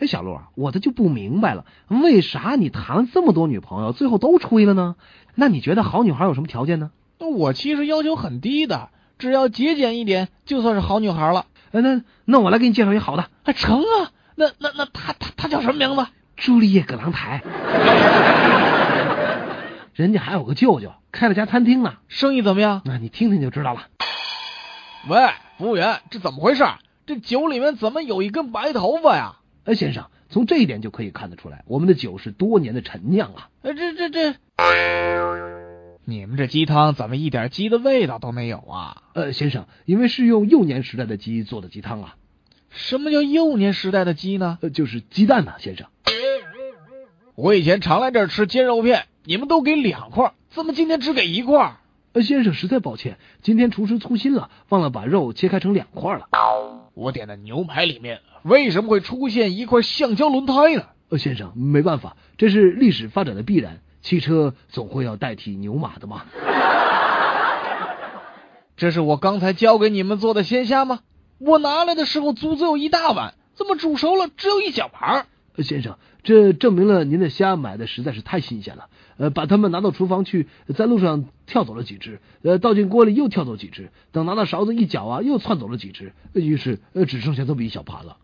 哎，小陆啊，我这就不明白了，为啥你谈了这么多女朋友，最后都吹了呢？那你觉得好女孩有什么条件呢？那我其实要求很低的，只要节俭一点，就算是好女孩了。哎，那那我来给你介绍一好的，哎，成啊！那那那她她她叫什么名字？朱丽叶·葛朗台。 人家还有个舅舅，开了家餐厅呢。生意怎么样？那你听听就知道了。喂，服务员，这怎么回事？这酒里面怎么有一根白头发呀？哎，先生，从这一点就可以看得出来，我们的酒是多年的陈酿啊。哎，这这这，你们这鸡汤怎么一点鸡的味道都没有啊？呃，先生，因为是用幼年时代的鸡做的鸡汤啊。什么叫幼年时代的鸡呢？呃，就是鸡蛋呐、先生。我以前常来这儿吃煎肉片，你们都给两块，怎么今天只给一块？呃，先生，实在抱歉，今天厨师粗心了，忘了把肉切开成两块了。我点的牛排里面为什么会出现一块橡胶轮胎呢？呃，先生，没办法，这是历史发展的必然，汽车总会要代替牛马的嘛。这是我刚才教给你们做的鲜虾吗？我拿来的时候足足有一大碗，怎么煮熟了只有一小盘儿？呃先生，这证明了您的虾买的实在是太新鲜了。呃，把它们拿到厨房去，在路上跳走了几只，呃，倒进锅里又跳走几只，等拿到勺子一搅啊，又窜走了几只，呃于是呃只剩下这么一小盘了。